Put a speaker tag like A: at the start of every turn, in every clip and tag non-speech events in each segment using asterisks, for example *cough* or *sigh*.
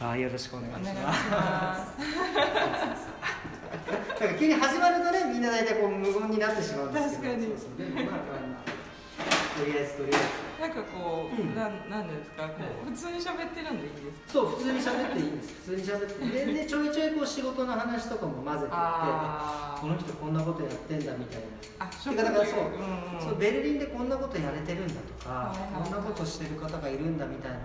A: あよろしくお願
B: お
A: い
B: 願い
A: し
B: し
A: ま
B: ますす。
A: なんか急に始まるとねみんな大体こう無言になってしまうんですけど
B: 確かに
A: そうそうでもまあまあまあとりあえずとりあえ
B: なんかこう、
A: うん
B: なん、なんですか、こう、普通に喋ってるんでいいですか。
A: ずそう普通に喋っていいんです普通に喋ってででちょいちょいこう仕事の話とかも混ぜていって
B: あ
A: こ
B: ー
A: の人こんなことやってんだみたい
B: あ、
A: なてかだからそう,、
B: んん
A: そうベルリンでこんなことやれてるんだとか、
B: はいはい
A: こんなことしてる方がいるんだみたいなの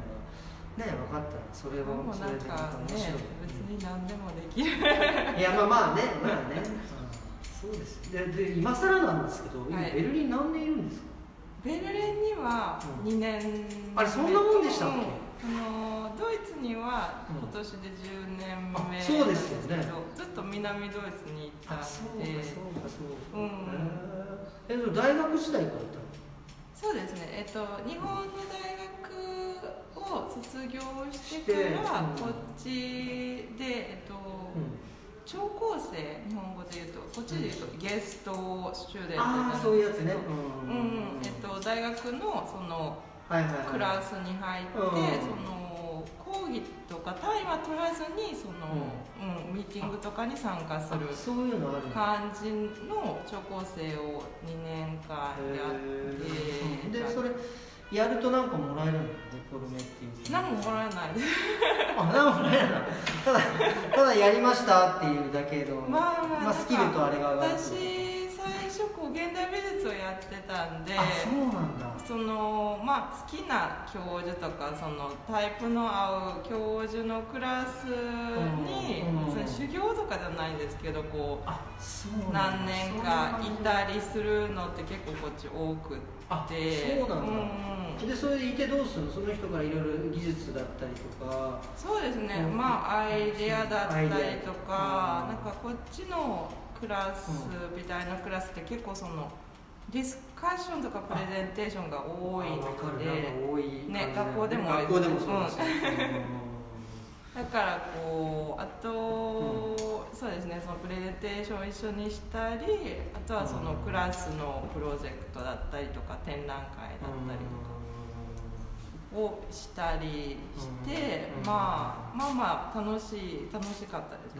A: がね分かったらそれ
B: でも
A: は
B: な
A: それ
B: ん
A: でまた
B: か
A: 面
B: ね
A: 白い、、
B: 別に何でもできる。
A: いやまあまあねまあね、うんそうですでで今更なんですけど今
B: はい
A: ベルリン何年いるんですか、
B: ベルリンには
A: うん
B: 2年目と、
A: あれそんなもんでしたっけ
B: うあのドイツには
A: うん
B: 今年で10年目なん
A: あ
B: ですけ
A: そ
B: ど、
A: うですよね
B: ずっと南ドイツにいたんで
A: うかそう
B: うん
A: えでも大学時代からいたの
B: そうですね、えっと、日本の大学を卒業し
A: して
B: てから
A: うん
B: こっちで、えっと聴講生日本語で言うとこっちで言うとゲストスチューデントなん
A: あ
B: で
A: あ
B: すけど
A: そういうやつね
B: う
A: うん
B: うんえっと、大学のその
A: はいはいはい
B: クラスに入って、
A: うん
B: その講義とか単位は取らずにその、うんミーティングとかに参加す
A: あ
B: る
A: そういうのあるんだ
B: 感じの聴講生を2年間や
A: へー
B: って
A: でそれやるとなんかもらえるのねコルメっていう
B: 何ももらえないです
A: あなんももらえないただただやりましたっていうだけの
B: まあまあ
A: スキルとあれが上がる
B: 私最初こう現代美術をやってたんで
A: あそうなんだ
B: そのまあ、好きな教授とかそのタイプの合う教授のクラスに、
A: うん
B: その修行とかじゃないんですけどこう
A: あそうなん
B: 何
A: だ
B: 年かい
A: い
B: たりするのって結構こっち多くって
A: あそうなんだ
B: うんうん
A: でそれでいてどうするのその人からいろいろ技術だったりとか
B: そうですね、
A: うん
B: まあアイデアだったりと
A: ア
B: か、
A: イデア
B: なんかこっちのクラスみたいなクラスって結構そのディスカッションとかプレゼンテーションが多い
A: あわか
B: ので。
A: るなんか多い
B: ね
A: 感じだよ
B: 学校でも
A: 学校でもそうだし、
B: だからこうあと、そうですねそのプレゼンテーションを一緒にしたりあとはそのクラスのプロジェクトだったりとか展覧会だったりとかをしたりして、
A: うん
B: まあ、まあまあ楽しい楽しかったです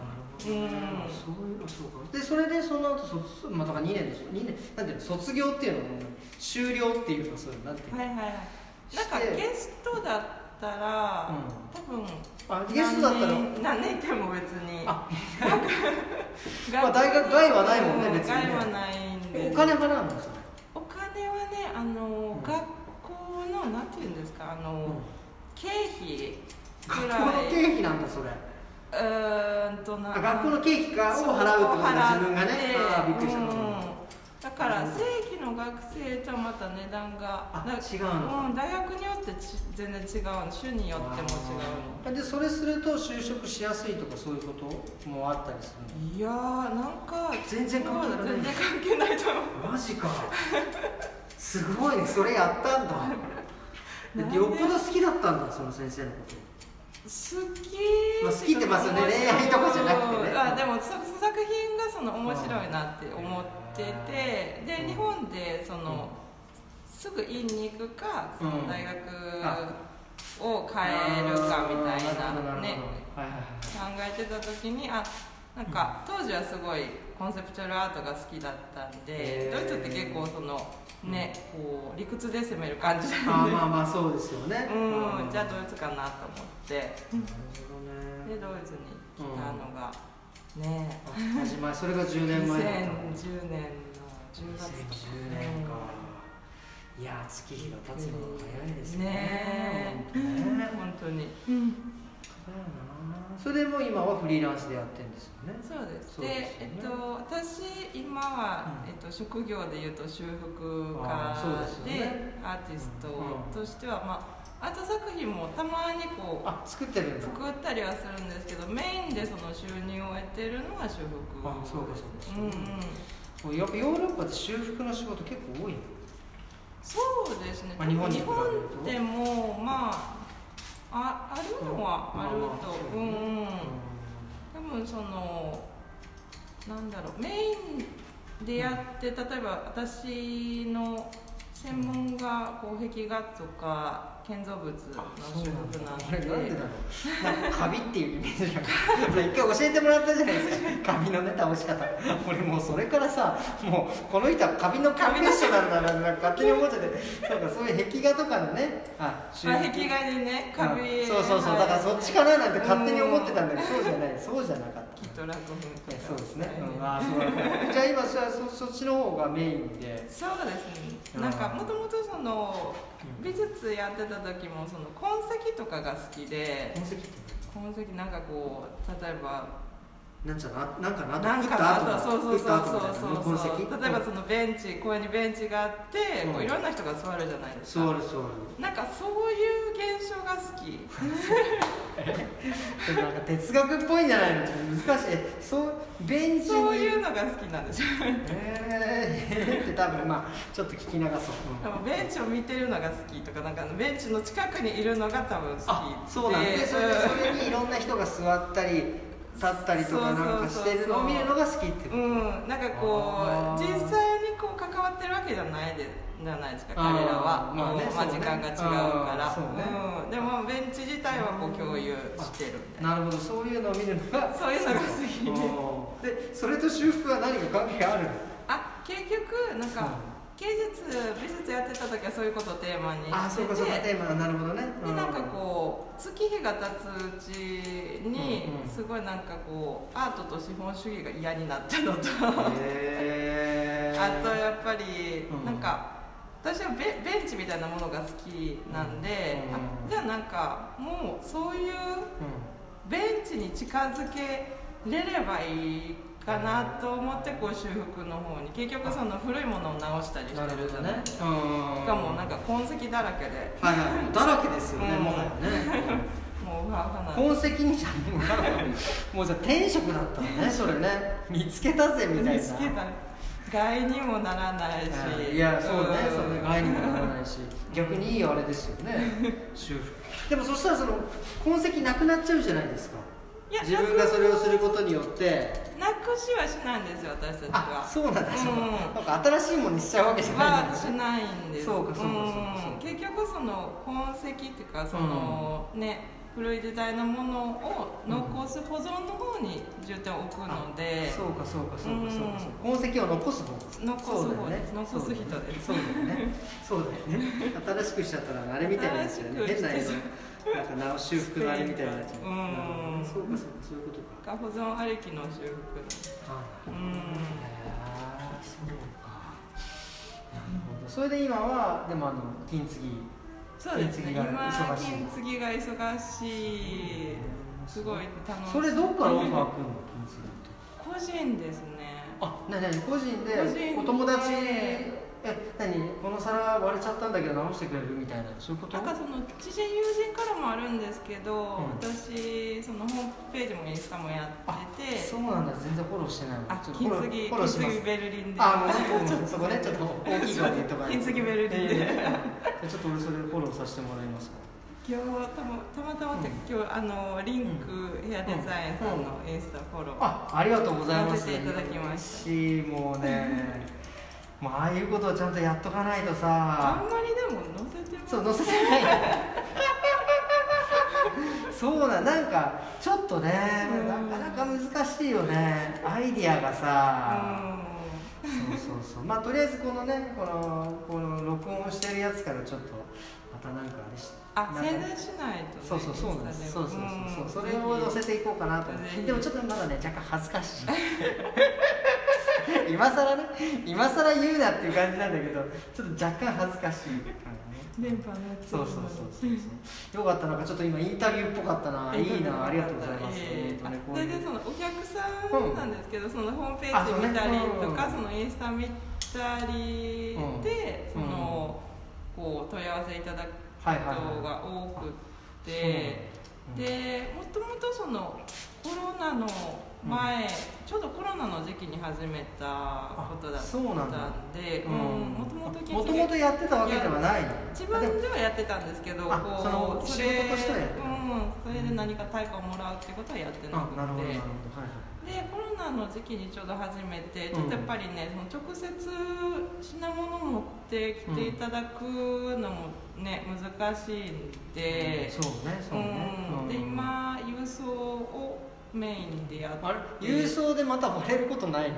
B: ね
A: なるほどね、
B: うん
A: そういうのそうかでそれでその後卒まあだから2年で二年なんていうの卒業っていうのも終了っていうのそういうのなんていうの、
B: はいはいはいなんか
A: して
B: ゲストだったら、多分
A: あゲストだったら
B: 何年何年いても別に
A: あ
B: が
A: まあ大学害はないもんね
B: う
A: 別にね
B: 害はないんで
A: お金払うのそれ
B: お金はねあの、
A: うん
B: 学校のなんていうんですかあの、経費
A: 学
B: ぐ
A: 校の
B: らい
A: 経費なんだそれ
B: うーんとな
A: あ学校の経費かを払うってことだ自分がねああびっくりした、
B: うんだから
A: うん
B: 正規の学生とはまた値段が
A: あ
B: だ
A: 違うの
B: うん、大学によってち全然違うの種によっても違
A: うのでそれすると就職しやすいとかそういうこともあったりする
B: うのいやーなんか
A: 全然関係ない
B: 全然関係ないと思う
A: のマジかすごいねそれやったんだ
B: なん
A: で
B: で
A: よっぽど好きだったんだその先生のこと
B: 好
A: まあ好き
B: き
A: ってまあそれね恋愛とかじゃなくてね
B: あでもそ作品がその面白いなって思ってて
A: うん
B: で日本でその、すぐ院に行くかそ
A: うん
B: の大学
A: あ
B: を変えるかみたい
A: あーるほど
B: な
A: る
B: ね
A: ほどはいはいは
B: 考
A: い
B: えてた時にあなんか当時はすごいコンセプチュアルアートが好きだったんで
A: へー
B: ドイツって結構そのねこう理屈で攻める感じなんで
A: あーまあまあそうですよね
B: うんじゃあド
A: なる
B: イツかなと思って。
A: ほどね
B: でドイツに来たのが、ね
A: あ *laughs* 始まりそれが10
B: 2010
A: 年
B: 年の
A: 前だった
B: 10月とか
A: 2010年か、いや月日が経つのが早いですね
B: ね
A: 本当ね
B: え
A: 本
B: 本当に、
A: 当だよなそれでもう今はフリーランスでやってるんですよね
B: そうです
A: そう
B: で
A: ですよね
B: えっと私今は、
A: うん
B: えっと、職業でいうと修復
A: あ
B: 家
A: ーそうですよ
B: で
A: ね
B: アーティス
A: うん
B: トとしては、まあアート作品もたまにこう
A: あ作ってるんだ
B: 作ったりはするんですけどメインでその収入を得てるのは修復
A: あそうかそうか
B: うんうん
A: やっぱヨーロッパって修復の仕事結構多いの
B: そうですね、
A: まあ日本に
B: 日
A: 比べ
B: 本
A: ると
B: でもまあああるのはあると、うんうん多分そのなんだろうメインでやって例えば私の専門がこう壁画とか建造物の
A: そう
B: 修
A: なん
B: 復な。
A: だこれなん
B: ん
A: で
B: で
A: だろう。なんかカビっていうイメージが。 *laughs* ほら一回教えてもらったじゃないですか。 *laughs* カビのね倒し方。俺もうそれからさ、もうこの人はカビのカビの人なんだななんか勝手に思っちゃって、なんかそういう壁画とかのね、あ、
B: あ壁画にね
A: うん
B: 壁
A: そうそうそう。だからそっちかななんて勝手に思ってたんだけど、そうじゃない、そうじゃなかった。
B: きっと落文と
A: ね
B: か
A: そうですね。うん、
B: は
A: あー、そうなんだじゃあ今そそそっちの方がメインで
B: い。そうです
A: う
B: ね
A: ん
B: なんかもともとその
A: うん
B: 美術やってた時もその痕跡とかが好きで
A: 痕跡って
B: 痕跡なんかこう例えば
A: なんちゃななんかな
B: なん
A: 食っ
B: か
A: た
B: あとそうそうそうそう
A: 後
B: そう
A: の
B: そう
A: 痕跡
B: 例えばそのベンチ公園にベンチがあって、
A: うん
B: こういろんな人が座るじゃないですか
A: 座る座る
B: なんかそういう現象が好き
A: でもなんか哲学っぽいんじゃないの難しいえそうベンチに
B: そういうのが好きなんですよ
A: えー、って多分まあちょっと聞き流そう、
B: でもベンチを見てるのが好きとかなんかあのベンチの近くにいるのが多分好き
A: あそうなんでそれでそれにいろんな人が座ったり立ったりとかなんかしてるのを見るのが好きってこと
B: うんなんかこ
A: あー
B: う実際にこう関わってるわけじゃないでじゃないですか彼らは
A: あーまあね
B: もう
A: そうね
B: 時間が違うから
A: あーそうね
B: うん、でもベンチ自体はこう共有してるみたいな
A: なるほどそういうのを見るのが
B: そういうのが好きで
A: 好きでそれと修復は何か関係あるの
B: あ結局なん
A: うん
B: か芸術美術やってた時はそういうことをテーマに
A: あ
B: し
A: そう
B: て
A: かそうか
B: て
A: テーマはなるほどね
B: でなんかこう月日が経つうちに
A: うんうん
B: すごいなんかこうアートと資本主義が嫌になったのとあ
A: へえ
B: とやっぱり
A: うん
B: なんか私はベベンチみたいなものが好きなんで
A: うん
B: あじゃあなんかもうそういうベンチに近づけれればいいかなと思ってこう修復の方に結局その古いものを直したりして
A: なるほ
B: るじ
A: ど
B: ゃない
A: ね
B: し
A: うん
B: かもなんか痕跡だらけで
A: はいはいだらけですよね、
B: うん
A: もはやね
B: もううわうわな
A: 痕跡にじゃもうなんかもうじゃあ天職だったのね *laughs* それね見つけたぜみたいな
B: 見つけた害にもならないし
A: いやそうね
B: ん
A: それ害にもならないし逆にいいあれですよね *laughs* 修復でもそしたらその痕跡なくなっちゃうじゃないですか
B: いや
A: 自分がそれをすることによって
B: なくしはしないんですよ私たち
A: あ
B: は
A: そうなんだ、
B: うん
A: そうなんか新しいものにしちゃうわけじゃないん
B: は
A: だ
B: しないんです
A: そうかそうかそうかそうか
B: ん結局その痕跡っていうかその、ね古い時代のものを残す保存の方に重点を置くので、
A: そうかそうかそうかそうかそう
B: う
A: か痕跡を残す方
B: 残す方
A: そうだよね
B: 残す人です
A: そうだよねそうだよね新しくしちゃったらあれみたいになやつだ
B: 新
A: よね
B: しく
A: 変なやつなんか直修復のあれみたいになや
B: う
A: つ
B: ん
A: そうかそうかそういうことか
B: が保存ありきの修復なんです
A: はい
B: うん
A: へーそうかなるほどそれで今はでもあの金継ぎ
B: そうですね
A: 金継ぎが
B: 今
A: 忙しい
B: 金継ぎが忙しいすごい楽しい
A: それどっからオファー来るの金継ぎって
B: 個人ですね
A: あ、なになに個人で
B: 個人で
A: お友達にえ、なにこの皿割れちゃったんだけど直してくれるみたいなそういうこと
B: なんかその知人友人からもあるんですけど、
A: うん
B: 私そのホームページもインスタもやってて
A: そうなんだ全然フォローしてないわ
B: あ
A: ちょっとフ
B: 金
A: ォロ
B: 継
A: ー
B: ぎ
A: フォロー
B: 金
A: しま
B: 継
A: す
B: ぎベルリンで
A: あ、もうもうもうそこねちょっと大きい声で言っとかない
B: 金継ぎベルリンで
A: いやいやいやじゃあちょっと俺それフォローさせてもらいますか
B: 今日たまたまたまって今日あのリンクヘアデザインさんのインスタフォロー、
A: あ、ありがとうございます
B: させていただきました
A: 嬉しいもうねもうああいうことをちゃんとやっとかないとさ
B: あんまりでも載せてます
A: そう載せてないのそうなんなんかちょっとね
B: うん
A: なかなか難しいよねアイディアがさ、
B: う
A: そうそうそうまあとりあえずこのねこのこの録音をしてるやつからちょっとまたなんかあれし
B: んあ
A: なん
B: 宣
A: か
B: 伝しないと、ね、
A: そうそうそうなんです
B: インス
A: そ
B: タ
A: う
B: で
A: そうそうそうそ
B: ん
A: れを載せていこうかなと思っ
B: ぜ
A: て
B: ひ
A: でもちょっとまだね若干恥ずかしい今更ね今更言うなっていう感じなんだけどちょっと若干恥ずかしい感じね
B: 電波になっちゃ
A: そうそうそうそうそう。よかったなんかちょっと今インタビューっぽかったな。いいなありがとうございます。
B: え
A: え
B: え
A: ーとねこ
B: あ
A: う
B: それ
A: いう
B: でそのお客さんなんですけど、そのホームペ
A: あそう
B: ー
A: ね
B: ジ見たりとか、
A: うん
B: そのインスタ見たりで、
A: うん
B: そのこう問い合わせいただく
A: はいはい
B: 人
A: は
B: が多く
A: い。
B: て、
A: そうなんだ、
B: でもともとそのコロナの前、ちょうどコロナの時期に始めたことだ
A: あ
B: っ
A: そうなんだ
B: たんで、
A: う
B: うん
A: ん
B: もともと
A: もともとやってたわけではないの。
B: 自
A: あでも
B: 分ではやってたんですけど、
A: あそ
B: こ
A: の
B: う
A: 仕事としてはやって
B: うん、それで何か対価をもらうってことはやってな
A: あ
B: くて、
A: なるほどなるほどはいはい。
B: でコロナの時期にちょうど始めてちょっとやっぱりね、その直接品物持ってきていただくのもね、難しいんで、
A: そうねそうね、
B: うんで今郵送をメインでやって
A: あれ郵送でまたバレることないの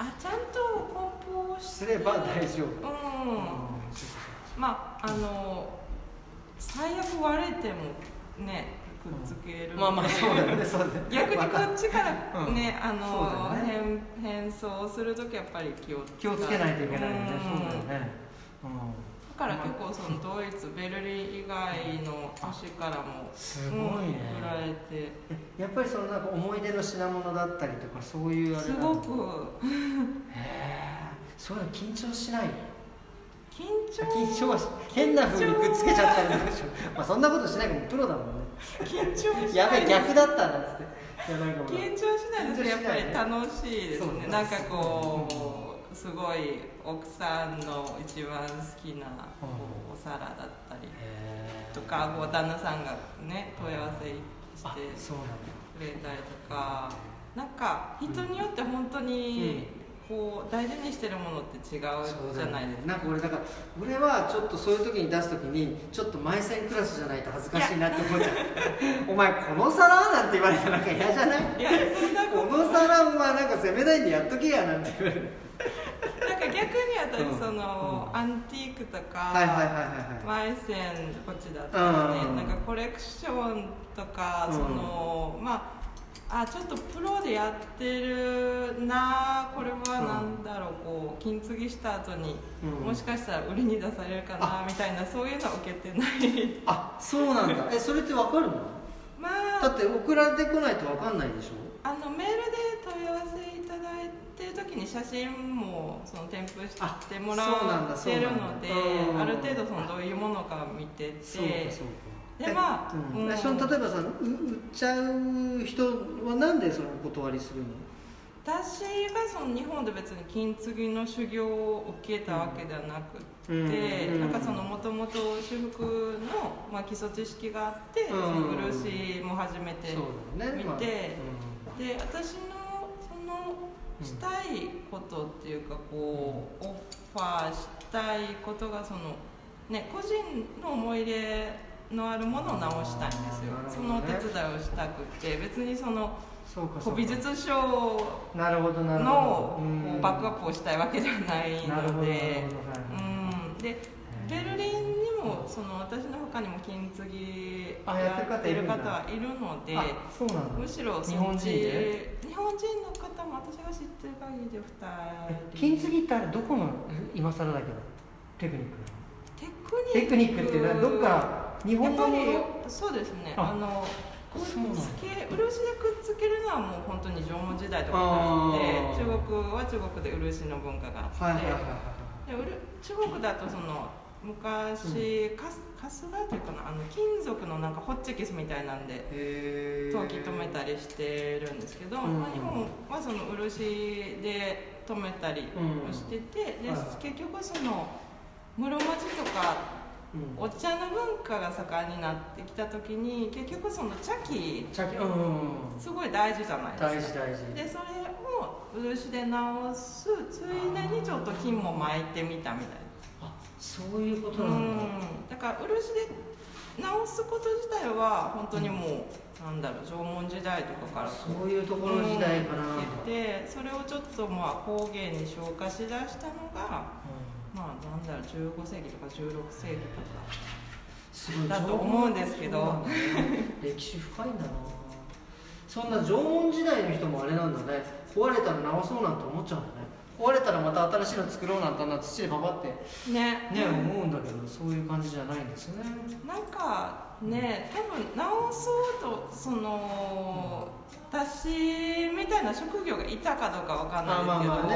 B: あちゃんと梱包して
A: すれば大丈夫、
B: うん、
A: う
B: まああの最悪割れてもねくっつける、
A: んまあまあそうだよねそうだよね
B: 逆にこ
A: わかる
B: っちから
A: うん
B: ね、あ
A: そう
B: の
A: だよ
B: 変変装する時やっぱり気を
A: 気をつけないといけないよね
B: うん
A: そうだよね、うん、
B: だから結構そのドイツベルリン以外の都市からも
A: すごいね
B: うん売られて
A: やっぱりそのなんか思い出の品物だったりとかそういうあれ
B: す
A: なの
B: ごく
A: へえそういうの緊張しない
B: 緊
A: あ
B: 張
A: 緊張はし変な風にくっつけちゃったらどうしようまあそんなことしないけどプロだもんね
B: 緊張しない
A: やべえ逆だったなんつっていやなんかも
B: 緊
A: う
B: 張しないですけどやっぱり楽しいです
A: そう
B: ね
A: ね
B: なんかこうすごい奥さんの一番好きなこうお皿だったり
A: へえ
B: とかこう旦那さんがね問い合わせ
A: あ
B: して
A: そうなんだ
B: くれたりとかなんか人によって本当にこう大事にしてるものって違う
A: そう
B: じ
A: だ
B: ゃ
A: よ
B: ないですか。
A: なんか俺だから俺はちょっとそういう時に出す時にちょっと前線クラスじゃないと恥ずかしいなって思っちゃう *laughs* お前この皿なんて言われたらなんか嫌じゃない
B: いやそんなこ
A: この皿お前なんか責めないんでやっとけやなんて言われる
B: となんか逆に私
A: うん
B: その
A: うん
B: アンティークと
A: はいはいはいはい
B: か
A: は
B: マ
A: い
B: イセンこっちだったり
A: うん
B: なんかコレクションとか
A: うん
B: そのまああちょっとプロでやってるなこれはなんだろうこう金継ぎした後に
A: うん
B: もしかしたら売りに出されるかなみたいなそういうのは受けてない *laughs*
A: あそうなんだえそれってわかるの
B: ま
A: だ
B: あ
A: って送られてこないとわかんないでしょ
B: あのメールで問い合わせいただいてる時に写真もその添付してもら
A: あそうなんだ
B: ってる
A: そうな
B: の
A: んだ
B: で
A: うん
B: ある程度そのどういうものか見て
A: そうか
B: て
A: そうか
B: でまあ
A: えうん
B: うん
A: えその例えばさう売っちゃう人はなんでそのお断りするの
B: 私がその日本で別に金継ぎの修行を受けたわけではなくて、
A: うん
B: なんかそのもともと修復の、まあ、基礎知識があって、
A: うん
B: その漆も初めて
A: そうだよね
B: 見て
A: まあうん
B: で私のその
A: うん
B: したいことっていうかこう、オファーしたいことがその、ね、個人の思い入れのあるものを直したいんですよ、
A: あー
B: そのお
A: な
B: 手
A: るほどね
B: 伝いをしたくて別にその
A: そうかそう
B: 古
A: か
B: 美術賞
A: なるほどなる
B: の
A: ほどうん
B: こうバックアップをしたいわけじゃない
A: なるほど
B: ので
A: なるほどはい
B: うんでベルリンにもその私の他にも金継ぎ
A: あやってる方いるんだ
B: はいるので
A: あそうなんだ
B: むしろそっち
A: 日本人で
B: 日本人の方も私が知ってる限りで2人
A: 金継ぎってあれどこの今更だけどテクニック
B: テクニ
A: テクニックっていうのはどっから日本語に
B: やっぱりそうですね
A: あ
B: あのくっつ
A: そうなんだ
B: け漆でくっつけるのはもう本当に縄文時代とかからあって
A: あー
B: 中国は中国で漆の文化があって、
A: はいはいはいはい
B: でうる中国だとその昔、カスカスだっていうかなあの金属のなんかホッチキスみたいなんで
A: へー
B: 陶器留めたりしてるんですけど、
A: うん
B: まあ、日本はその漆で留めたりをしてて、
A: うん
B: で
A: はい
B: 結局その室町とか
A: うん
B: お茶の文化が盛んになってきた時に結局その茶器
A: 茶器うんうんうん
B: すごい大事じゃないですか。
A: 大事大事
B: でそれを漆で直すついでにちょっと金も巻いてみたみたいな
A: あそういうこと
B: う
A: なんだ
B: んだから漆で直すこと自体は本当にもう、なんだろう縄文時代とかから
A: そういうところ時代かな、うん
B: でそれをちょっとまあ工芸に昇華しだしたのがまあなんだろう15世紀とか16世紀とか
A: すごい
B: だと思うんですけど
A: そうなんだね歴史深いんだなそんな縄文時代の人もあれなんだね壊れたら直そうなんて思っちゃうんだね壊れたらまた新しいの作ろうなんてあんな土でばばってね
B: ね
A: 思うんだけどそういう感じじゃないんですね
B: なんかね多分直そうとその私みたいな職業がいたかどうかわかんない
A: あ
B: です
A: まあ
B: けど、
A: まあね、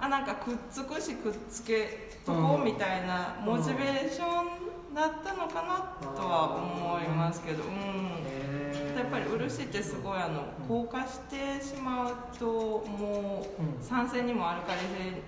B: あなんかくっつくしくっつけとこ
A: う
B: うんみたいなモチベーションだったのかなとは思いますけど、う
A: うん
B: ん、
A: へー
B: やっぱり漆ってすごいあの
A: うん
B: 硬化してしまうとも
A: う
B: う
A: ん
B: 酸性にもアルカリ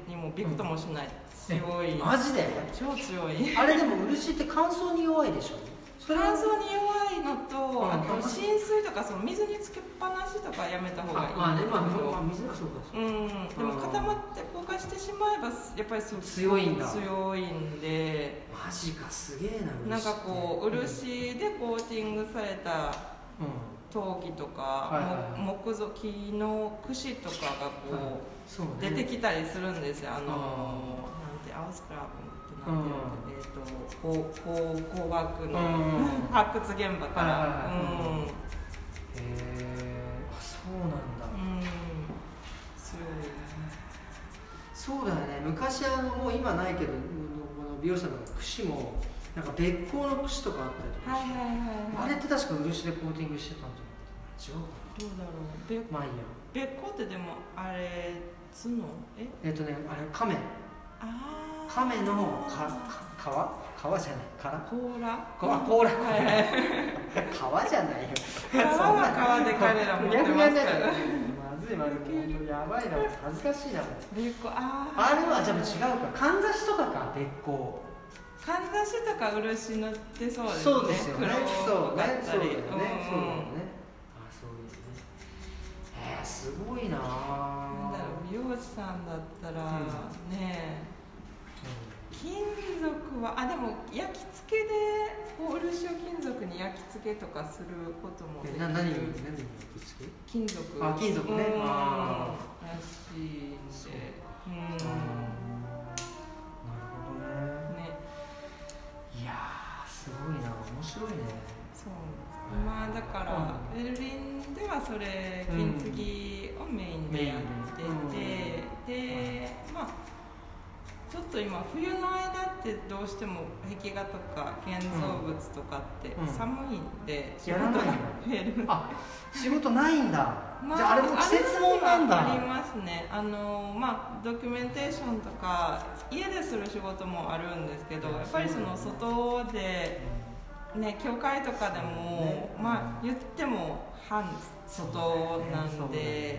B: 性にもびくともしない強い
A: マジで
B: 超強い
A: あれでも漆って乾燥に弱いでしょそ
B: 乾
A: れは
B: 燥に弱いのと、
A: うん
B: あと浸水とかその水につけっぱなしとかやめた方がいい
A: あまあね
B: んです
A: まあ、
B: けど
A: まあ、水がそうかそうか
B: うん、でも固まって硬化してしまえばやっぱりすごく
A: 強いんだ
B: 強いんで
A: マジかすげえな漆って
B: なんかこう漆でコーティングされた
A: うん
B: 陶器と
A: はい
B: か、
A: はいはい
B: も木造木の櫛とかが
A: はい
B: こ
A: そう
B: う
A: ね
B: 出てきたりするんですよあの
A: あ
B: なんてアウスクラブってなんていうのえっ、と工工工学の
A: うん
B: 発掘現場か
A: は
B: ら
A: いはいはい
B: うん、
A: へえあそうなんだ、
B: うん、強い
A: そうだよね昔あのもう今ないけどあの美容師さんの櫛もなんか別光の櫛とかあったりとか
B: はい
A: し
B: はいはいはい
A: て、あれって確か漆でコーティングしてたんじゃない違うか
B: どうだろうべ
A: なまあいいや
B: べっこってでもあれ角え
A: えっ、とねあれ亀
B: ああ
A: 亀のかか皮皮じゃない殻
B: 甲羅
A: こあ甲羅
B: はいはい
A: 皮じゃないよ
B: 皮は皮で彼ら持ってますから
A: らまずいまずい本当にやばいな恥ずかしいなもう
B: べっこああ
A: あれはじゃあ違うかかんざしとかか別光
B: かんざしとか漆塗ってそうですね
A: そうですよね。
B: 黒
A: そう
B: かっ
A: ね。
B: た
A: そう
B: り
A: だよね。そうだ
B: ん。
A: よねあ、そうですね。えー、すごいなぁ。
B: なんだろう美容師さんだったらね金属はあでも焼き付けでこう漆を金属に焼き付けとかすることも
A: うん
B: でき
A: え
B: る
A: な、何を、何をぶつけ。
B: 金属
A: あ金属ね
B: うん
A: あ
B: らしいん
A: そう
B: でう
A: あー
B: ん
A: なるほどね。
B: ね
A: いやー、すごいな、面白いね。
B: そうまあだからベルリンではそれ金継ぎをメインでやってて、
A: うん
B: でまあちょっと今冬の間ってどうしても壁画とか建造物とかって
A: うん
B: 寒いんで仕
A: や
B: 事
A: ら
B: が
A: ない
B: 増
A: の
B: える
A: あ、仕事ないんだ。
B: ま
A: じゃあ、あれも季節もんなん
B: あり
A: だ。
B: ますねあのまあドキュメンテーションとか家でする仕事もあるんですけどやっぱりその外でね教会とかでも、
A: ね
B: まあ言っても半外なんで、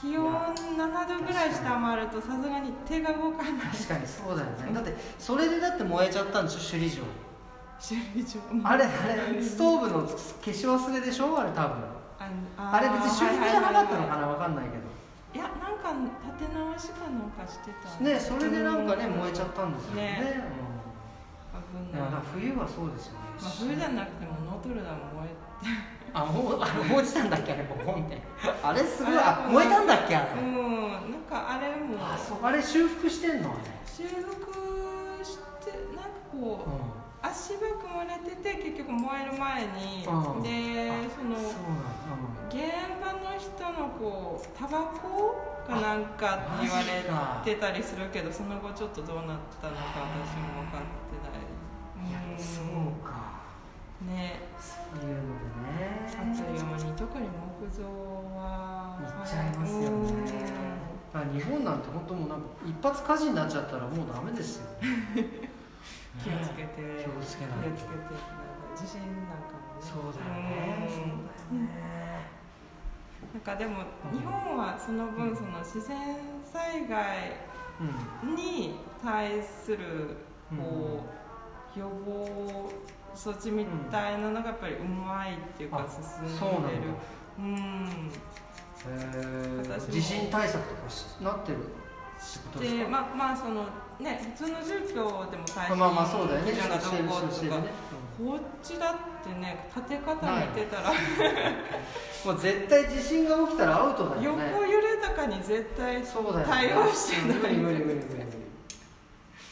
B: 気温7度ぐらい下回るとさすがに手が動かない
A: 確かにそうだよね。だって、それでだって燃えちゃったんでしょ、首里城。
B: 修理場
A: あれ、あれ、ストーブの消し忘れでしょ、あれ、多分。
B: *laughs* あ
A: あれ別に修理じゃなかったの
B: な
A: かなわかんないけ
B: いやなんか立て直しかなんかしてた
A: どねそれでなんかね燃えちゃ
B: っ
A: ったんですよね
B: ね
A: うん、
B: 危
A: いや
B: ない
A: だから冬はそうですよね、
B: まあ、冬じゃなくてもノートルダム燃
A: あもうあれ落ちたんだっけあれボコンってあれすごい
B: あ
A: あ燃えたんだっけあ
B: え
A: れ、
B: うんなんかあれも
A: あそうあれ修復してんのあれ、
B: 修復してなんかこう、
A: う
B: 足場組まれてて結局燃える前に、
A: うん
B: で
A: あ
B: その
A: そうなん
B: 現場の人のこうタバコかなんかって言わ
A: あマジ
B: れてたりするけどその後ちょっとどうなったのか私も分かってない
A: うんいや
B: うん
A: そうか
B: ね
A: そういうの
B: あ
A: ね
B: っという間に特に木造は
A: 行っちゃいますよねまあ日本なんて本当もうなんか一発火事になっちゃったらもうダメですよ
B: うん気をつけて
A: 気をつけ
B: 気を
A: ない
B: つ
A: と
B: けて地震なんかもね
A: そうだよね。そ
B: う
A: う
B: ん
A: だよね。
B: なんかでも日本はその分その自然災害
A: うん。
B: に対するこう予防措置みたいなのがやっぱりうまいっていうか
A: あ
B: 進んで
A: そうなんだ
B: る。うん
A: へ
B: 私
A: ー
B: も
A: 地震対策とかしなってるってことです
B: で
A: か。
B: まあまあそのね普通の住居でも最
A: まあまあまあそうだよね。
B: 基準がど
A: してる
B: こうと
A: してる
B: か
A: ね。
B: こっちだってね建て方見てたら
A: うんもう絶対地震が起きたらアウトだよ
B: 横
A: ね。
B: 揺れとかに絶対
A: そうだよね。
B: 対応してない
A: 無理無理無理無理無理。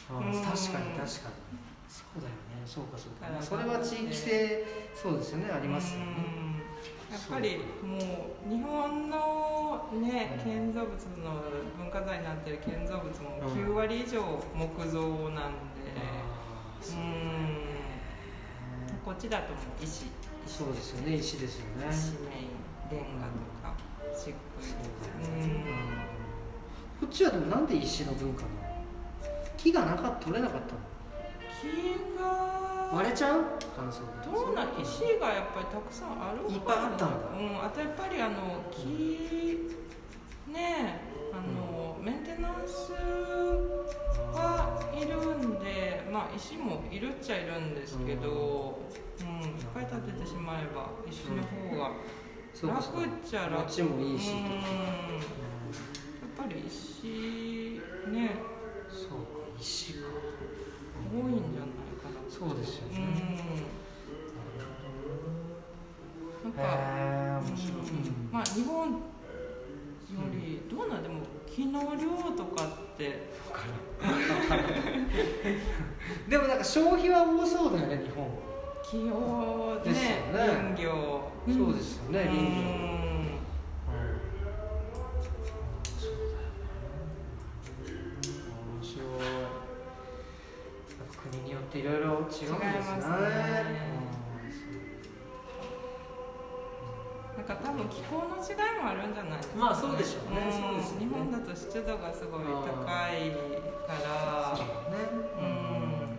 A: あー
B: うん
A: 確かに確かに。そうだよね。そうかそうか。まあそれは地域性そうですよねあ
B: あ
A: りますよね。
B: やっぱりもう日本のね
A: うん
B: 建造物の文化財になってる建造物も
A: うん
B: 9割以上木造なんで、う
A: あーそ
B: ん
A: うだよね
B: こっちだともう石
A: そうですよね。石ですよね。
B: 石メインレンガとか漆
A: そう
B: 喰
A: だよねこっちはでもなんで石の文化なの木がなかった取れなかった
B: 木
A: の
B: が
A: 割れちゃう乾燥で
B: どうなん石がやっぱりたくさんあるのかない
A: っぱいあったんだ
B: うん、あとやっぱりあの木ねえあの、メンテナンスはいるんで、まあ、石もいるっちゃいるんですけど、うんいっぱい建ててしまえば石の方が
A: そうかそう
B: 楽っ
A: か
B: ちゃ楽
A: 街もいいし
B: うん
A: とか
B: やっぱり石ね
A: そうか石か
B: 多いんじゃないかな
A: そうですよ
B: う
A: ね、
B: ん
A: へ
B: なんか、
A: え
B: うん
A: 面白い、うん
B: まあ日本よりどうなんでも気の量とかって
A: でもなんか消費は多そうだよね日本、
B: 気をね
A: ですよね
B: 林業
A: そうですよね林業、そうだよね面白いなんか国によっていろいろ違うんです
B: 違
A: ね
B: いますね業なんか多分気候の違いもあるんじゃないですか、
A: まあそうでしょうね
B: ん
A: そうですよね
B: 日本だと湿度がすごい高い
A: うん
B: か
A: そうだね
B: らうん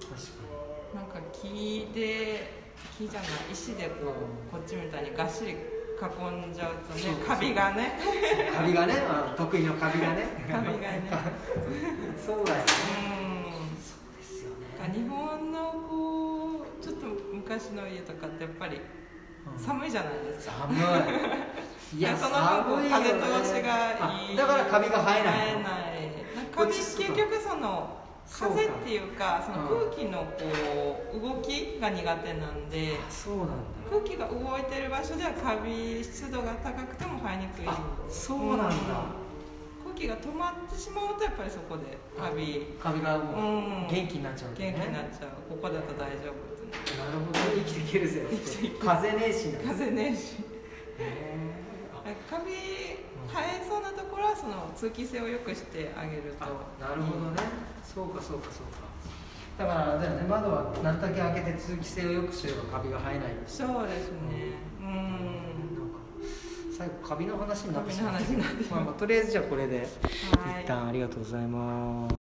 A: 確か
B: なんか木で木じゃない石でこうこっちみたいにがっしり囲んじゃうとね
A: そうそう
B: カビがね
A: にカビがね、まあ、得意のカビがね
B: カビがね
A: そうだよね
B: うん
A: そうですよね
B: なんか日本のこうちょっと昔の家とかってやっぱり寒いじゃないですか
A: 寒いいや
B: その分
A: 寒いよ、ね、
B: 風通しがいい
A: あだからカビが生えない
B: 生えないなんかカビ
A: こっち
B: 結
A: そうか
B: 局その
A: そうか
B: 風っていうかその
A: う
B: 空気のこう動きが苦手なんで
A: あそうなんだ
B: 空気が動いてる場所ではカビ湿度が高くても生えにくい
A: あそうなんだ、
B: 空気が止まってしまうとやっぱりそこでカビ
A: カビが
B: う
A: も
B: ん
A: う元気になっちゃうわ
B: 元気
A: けね
B: になっちゃうここだと大丈夫ってな
A: なるほど生きていけるぜ
B: 生きていける
A: 風ねえしなへ
B: 風ねえし
A: え
B: カビ生えそうなところはその通気性を良くしてあげると
A: あなるほどねそうかそうかそうかだからあれだよね窓はなるだけ開けて通気性を良くすればカビが生えないんです
B: そうですねうん
A: なんか最後カビの話になってしまっ
B: カビの話になってしま
A: ま
B: う
A: あまあとりあえずじゃあこれで
B: はい
A: 一旦ありがとうございます